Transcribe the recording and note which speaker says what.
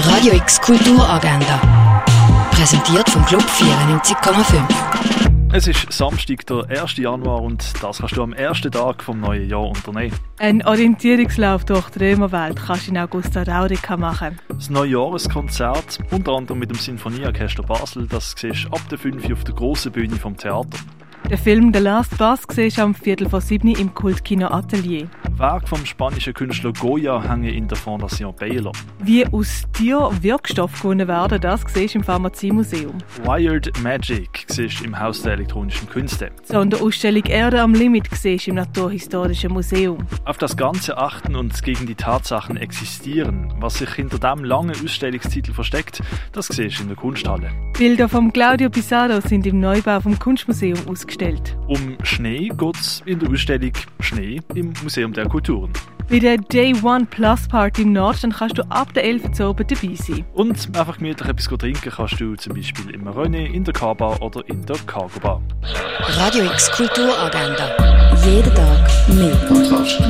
Speaker 1: Radio X Kulturagenda. Präsentiert vom Club 94,5.
Speaker 2: Es ist Samstag, der 1. Januar und das kannst du am ersten Tag vom neuen Jahr unternehmen.
Speaker 3: Ein Orientierungslauf durch die Römerwelt kannst du in Augusta Raurica machen.
Speaker 2: Das Neujahreskonzert, unter anderem mit dem Sinfonieorchester Basel, das siehst du ab der 5 Uhr auf der grossen Bühne vom Theater.
Speaker 3: Der Film «The Last Bus» siehst du am Viertel vor sieben im Kultkino Atelier.
Speaker 2: Werk vom spanischen Künstler Goya hängen in der Fondation Baylor.
Speaker 3: Wie aus Tier Wirkstoff gewonnen werden, das siehst du im Pharmaziemuseum.
Speaker 2: Wired Magic siehst du im Haus der elektronischen Künste.
Speaker 3: Sonderausstellung «Erde am Limit» siehst du im Naturhistorischen Museum.
Speaker 2: Auf das Ganze achten und gegen die Tatsachen existieren, was sich hinter dem langen Ausstellungstitel versteckt, das siehst du in der Kunsthalle.
Speaker 3: Bilder von Claudio Pizarro sind im Neubau vom Kunstmuseum ausgestellt.
Speaker 2: Um Schnee geht es in der Ausstellung Schnee im Museum der Kulturen.
Speaker 3: Bei der Day One Plus Party im Nordstand kannst du ab der 11 Uhr oben dabei sein.
Speaker 2: Und einfach gemütlich etwas trinken kannst du zum Beispiel im René, in der K-Bar oder in der Cargo Bar.
Speaker 1: Radio X Kulturagenda. Jeden Tag mehr.
Speaker 4: Kontrast.